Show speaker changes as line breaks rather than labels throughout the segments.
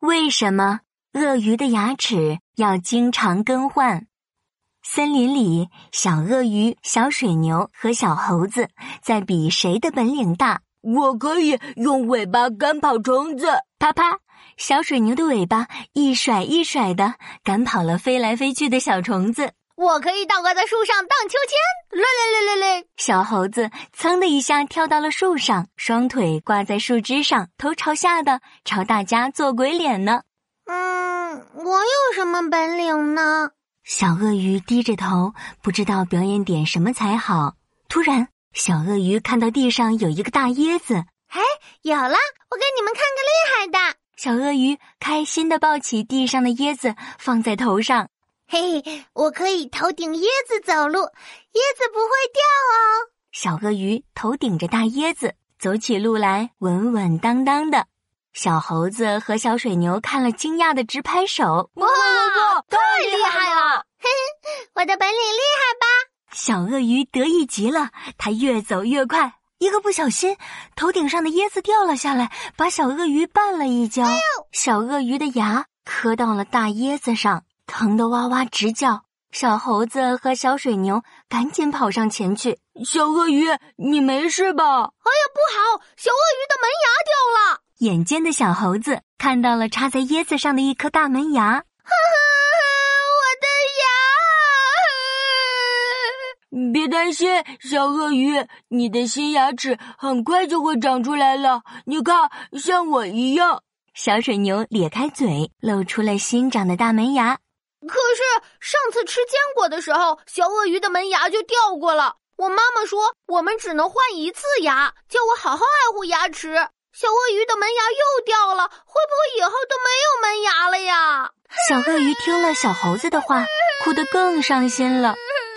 为什么鳄鱼的牙齿要经常更换？森林里，小鳄鱼、小水牛和小猴子在比谁的本领大。
我可以用尾巴赶跑虫子，
啪啪！小水牛的尾巴一甩一甩的，赶跑了飞来飞去的小虫子。
我可以倒挂在树上荡秋千，嘞嘞嘞嘞嘞！
小猴子噌的一下跳到了树上，双腿挂在树枝上，头朝下的朝大家做鬼脸呢。
嗯，我有什么本领呢？
小鳄鱼低着头，不知道表演点什么才好。突然，小鳄鱼看到地上有一个大椰子，
哎，有了！我给你们看个厉害的。
小鳄鱼开心的抱起地上的椰子，放在头上。
嘿嘿，我可以头顶椰子走路，椰子不会掉哦。
小鳄鱼头顶着大椰子，走起路来稳稳当当的。小猴子和小水牛看了，惊讶的直拍手。
哇，太厉害了！
嘿嘿，我的本领厉害吧？
小鳄鱼得意极了，它越走越快，一个不小心，头顶上的椰子掉了下来，把小鳄鱼绊了一跤。哎、小鳄鱼的牙磕到了大椰子上。疼得哇哇直叫，小猴子和小水牛赶紧跑上前去。
小鳄鱼，你没事吧？哎呀，
不好！小鳄鱼的门牙掉了。
眼尖的小猴子看到了插在椰子上的一颗大门牙，
啊我
的牙！别担心，小鳄鱼，你的新牙齿很快就会长出来了。你看，像我一样。
小水牛咧开嘴，露出了新长的大门牙。
可是上次吃坚果的时候，小鳄鱼的门牙就掉过了。我妈妈说我们只能换一次牙，叫我好好爱护牙齿。小鳄鱼的门牙又掉了，会不会以后都没有门牙了呀？
小鳄鱼听了小猴子的话，哭得更伤心了。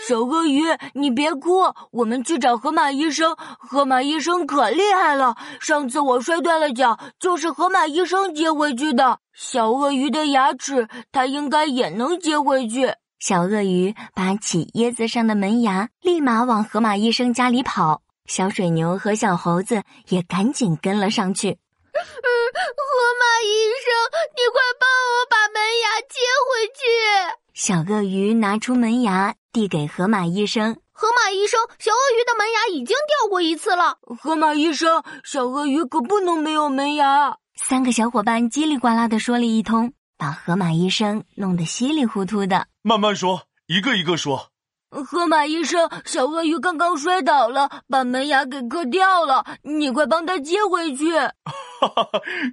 小鳄鱼，你别哭，我们去找河马医生。河马医生可厉害了，上次我摔断了脚，就是河马医生接回去的。小鳄鱼的牙齿，它应该也能接回去。
小鳄鱼拔起椰子上的门牙，立马往河马医生家里跑。小水牛和小猴子也赶紧跟了上去。
嗯，河马医生，你快帮我把门牙接回去！
小鳄鱼拿出门牙，递给河马医生。
河马医生，小鳄鱼的门牙已经掉过一次了。
河马医生，小鳄鱼可不能没有门牙。
三个小伙伴叽里呱啦的说了一通，把河马医生弄得稀里糊涂的。
慢慢说，一个一个说。
河马医生，小鳄鱼刚刚摔倒了，把门牙给磕掉了，你快帮它接回去。
哈哈，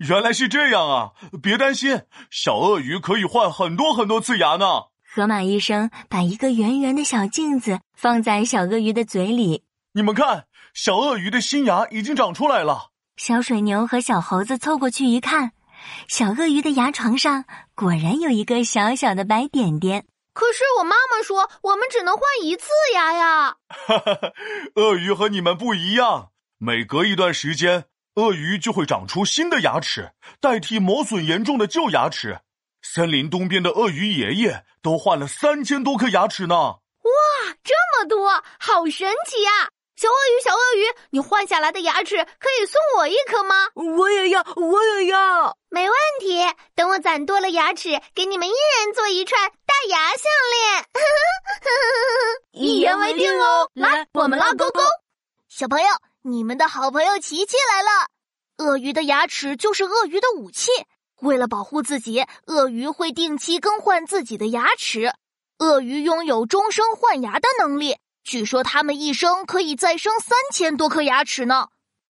原来是这样啊！别担心，小鳄鱼可以换很多很多次牙呢。
河马医生把一个圆圆的小镜子放在小鳄鱼的嘴里，
你们看，小鳄鱼的新牙已经长出来了。
小水牛和小猴子凑过去一看，小鳄鱼的牙床上果然有一个小小的白点点。
可是我妈妈说，我们只能换一次牙呀。
哈哈，鳄鱼和你们不一样，每隔一段时间，鳄鱼就会长出新的牙齿，代替磨损严重的旧牙齿。森林东边的鳄鱼爷爷都换了三千多颗牙齿呢！
哇，这么多，好神奇啊！小鳄鱼，小鳄鱼，你换下来的牙齿可以送我一颗吗？
我也要，我也要！
没问题，等我攒多了牙齿，给你们一人做一串大牙项链。
一言为定哦！来，我们拉勾勾。
小朋友，你们的好朋友琪琪来了。鳄鱼的牙齿就是鳄鱼的武器。为了保护自己，鳄鱼会定期更换自己的牙齿。鳄鱼拥有终生换牙的能力，据说它们一生可以再生三千多颗牙齿呢。